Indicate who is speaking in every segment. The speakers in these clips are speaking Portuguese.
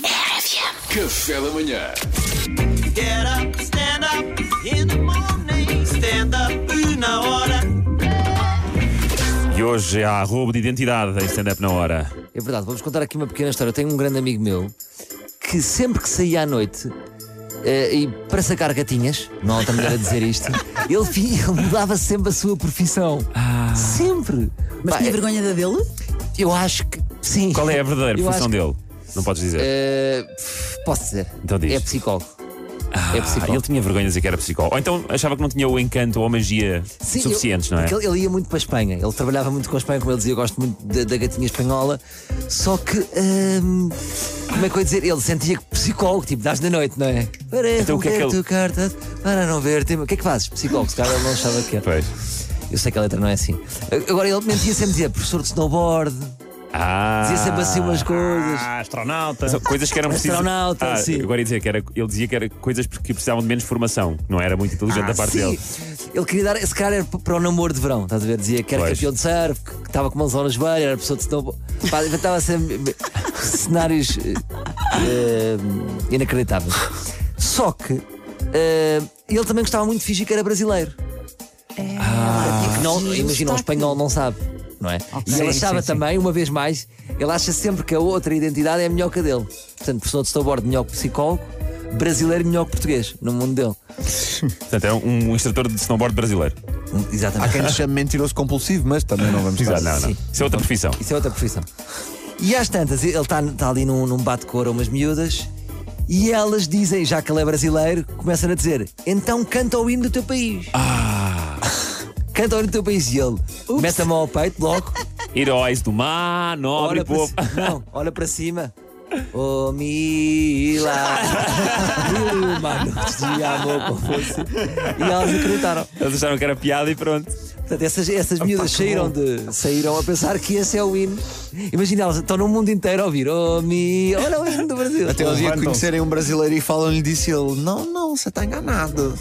Speaker 1: FM.
Speaker 2: Café da manhã.
Speaker 3: Get up, stand up in the morning. Stand up na hora.
Speaker 4: E hoje há roubo de identidade em stand-up na hora.
Speaker 5: É verdade, vamos contar aqui uma pequena história. Eu tenho um grande amigo meu que sempre que saía à noite eh, e para sacar gatinhas, não há outra maneira de dizer isto, ele, fi- ele mudava sempre a sua profissão.
Speaker 4: Ah.
Speaker 5: Sempre!
Speaker 6: Mas
Speaker 5: Pá,
Speaker 6: tinha
Speaker 5: eh,
Speaker 6: vergonha da dele?
Speaker 5: Eu acho que sim.
Speaker 4: Qual é a verdadeira
Speaker 5: Eu
Speaker 4: profissão
Speaker 5: acho que-
Speaker 4: dele? Não podes dizer.
Speaker 5: Eh, pff, posso dizer?
Speaker 4: Então diz.
Speaker 5: É psicólogo. é
Speaker 4: Ah,
Speaker 5: psicólogo.
Speaker 4: ele tinha vergonha de dizer que era psicólogo. Ou então achava que não tinha o encanto ou a magia
Speaker 5: Sim,
Speaker 4: suficientes,
Speaker 5: eu-
Speaker 4: não é?
Speaker 5: porque Ele, ele ia muito para a Espanha, ele trabalhava muito com a Espanha, como ele dizia, eu gosto muito da, da gatinha espanhola. Só que, hum, como é que eu ia dizer? Ele sentia que psicólogo, tipo, das da noite, não é? Para
Speaker 4: Então, o que é que
Speaker 5: responder
Speaker 4: ele-
Speaker 5: tu cartas, para não ver. O que é que fazes? Psicólogo, se calhar ele não achava que era.
Speaker 4: Pois.
Speaker 5: Eu sei que a letra não é assim. Agora ele mentia sempre dizia professor de snowboard,
Speaker 4: Ah,
Speaker 5: dizia sempre assim umas coisas.
Speaker 4: astronauta. coisas que eram precisas.
Speaker 5: Astronauta,
Speaker 4: ah,
Speaker 5: sim.
Speaker 4: Agora ia dizer que era, ele dizia que era coisas que precisavam de menos formação. Não era muito inteligente da parte
Speaker 5: Ah, sim.
Speaker 4: dele.
Speaker 5: Ele queria dar, esse cara era p- para o namoro de verão, estás a ver? Dizia que era
Speaker 4: Pois.
Speaker 5: campeão de surf, que que estava com mãos nas joelhas, era pessoa de snowboard. Pá, inventava sempre eh, cenários eh, eh, inacreditáveis. Só que eh, ele também gostava muito de fingir que era brasileiro. Porque não, imagina, um espanhol não sabe, não é? E ele achava também, uma vez mais, ele acha sempre que a outra identidade é melhor que a dele. Portanto, professor de snowboard melhor que psicólogo, brasileiro melhor que português, no mundo dele.
Speaker 4: Portanto, era um instrutor de snowboard brasileiro.
Speaker 5: Exatamente.
Speaker 7: Quem nos chama mentiroso compulsivo, mas também não vamos
Speaker 4: Exato,
Speaker 7: estar.
Speaker 4: não, não.
Speaker 5: Sim.
Speaker 4: Isso é outra profissão.
Speaker 5: Isso é outra profissão. E às tantas, ele está ali num, num bate-cor a umas miúdas e elas dizem, já que ele é brasileiro, começam a dizer: então canta o hino do teu país. Ah! Canta o hino do teu país e ele mete a mão ao peito logo,
Speaker 4: Heróis do mar, nobre
Speaker 5: olha para,
Speaker 4: povo.
Speaker 5: ci- não, olha para cima. Oh Mila, mil manos de amor com força. E elas acreditaram.
Speaker 4: Eles acharam que era piada e pronto.
Speaker 5: Portanto, essas, essas miúdas saíram, de, saíram a pensar que esse é o hino. Imagina, elas estão no mundo inteiro a ouvir. Oh, mi, olha o hino do Brasil.
Speaker 7: Até o dia que
Speaker 4: Levantam-se.
Speaker 7: conhecerem um brasileiro e falam-lhe disso, ele: Não, não, você está enganado.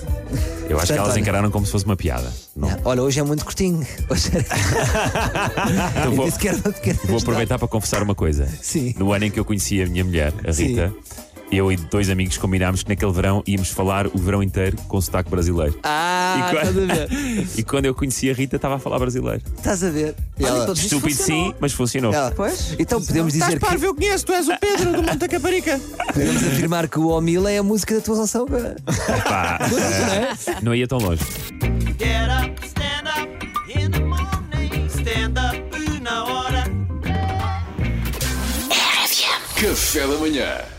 Speaker 4: Eu acho que elas
Speaker 5: olha.
Speaker 4: encararam como se fosse uma piada. Não.
Speaker 5: Olha, hoje é muito curtinho. Hoje era...
Speaker 4: Então
Speaker 5: Eu
Speaker 4: vou-
Speaker 5: disse que era uma pequena
Speaker 4: Vou
Speaker 5: história.
Speaker 4: aproveitar para confessar uma coisa.
Speaker 5: tá. Sim.
Speaker 4: No ano em que eu conheci a minha mulher, a Rita, eu e dois amigos combinámos que naquele verão íamos falar o verão inteiro com sotaque brasileiro.
Speaker 5: Ah,
Speaker 4: E
Speaker 5: estás a
Speaker 4: quando-
Speaker 5: ver.
Speaker 4: E quando eu conheci a Rita, estava a falar brasileiro.
Speaker 5: Estás a ver. E
Speaker 6: Olha,
Speaker 5: ela-
Speaker 6: todos isto
Speaker 4: Ah, Estúpido
Speaker 6: funcionou.
Speaker 4: sim, mas funcionou.
Speaker 5: ela-
Speaker 6: Pois.
Speaker 5: Então podemos dizer que,
Speaker 7: eu conheço, tu és o Pedro do Monte Caparica.
Speaker 5: podemos afirmar que o Omila é a música da tua relação agora.
Speaker 4: Pá, eh, não ia tão longe.
Speaker 3: Get up, stand up in the morning. Stand up na hora.
Speaker 1: RFM.
Speaker 2: Café da manhã.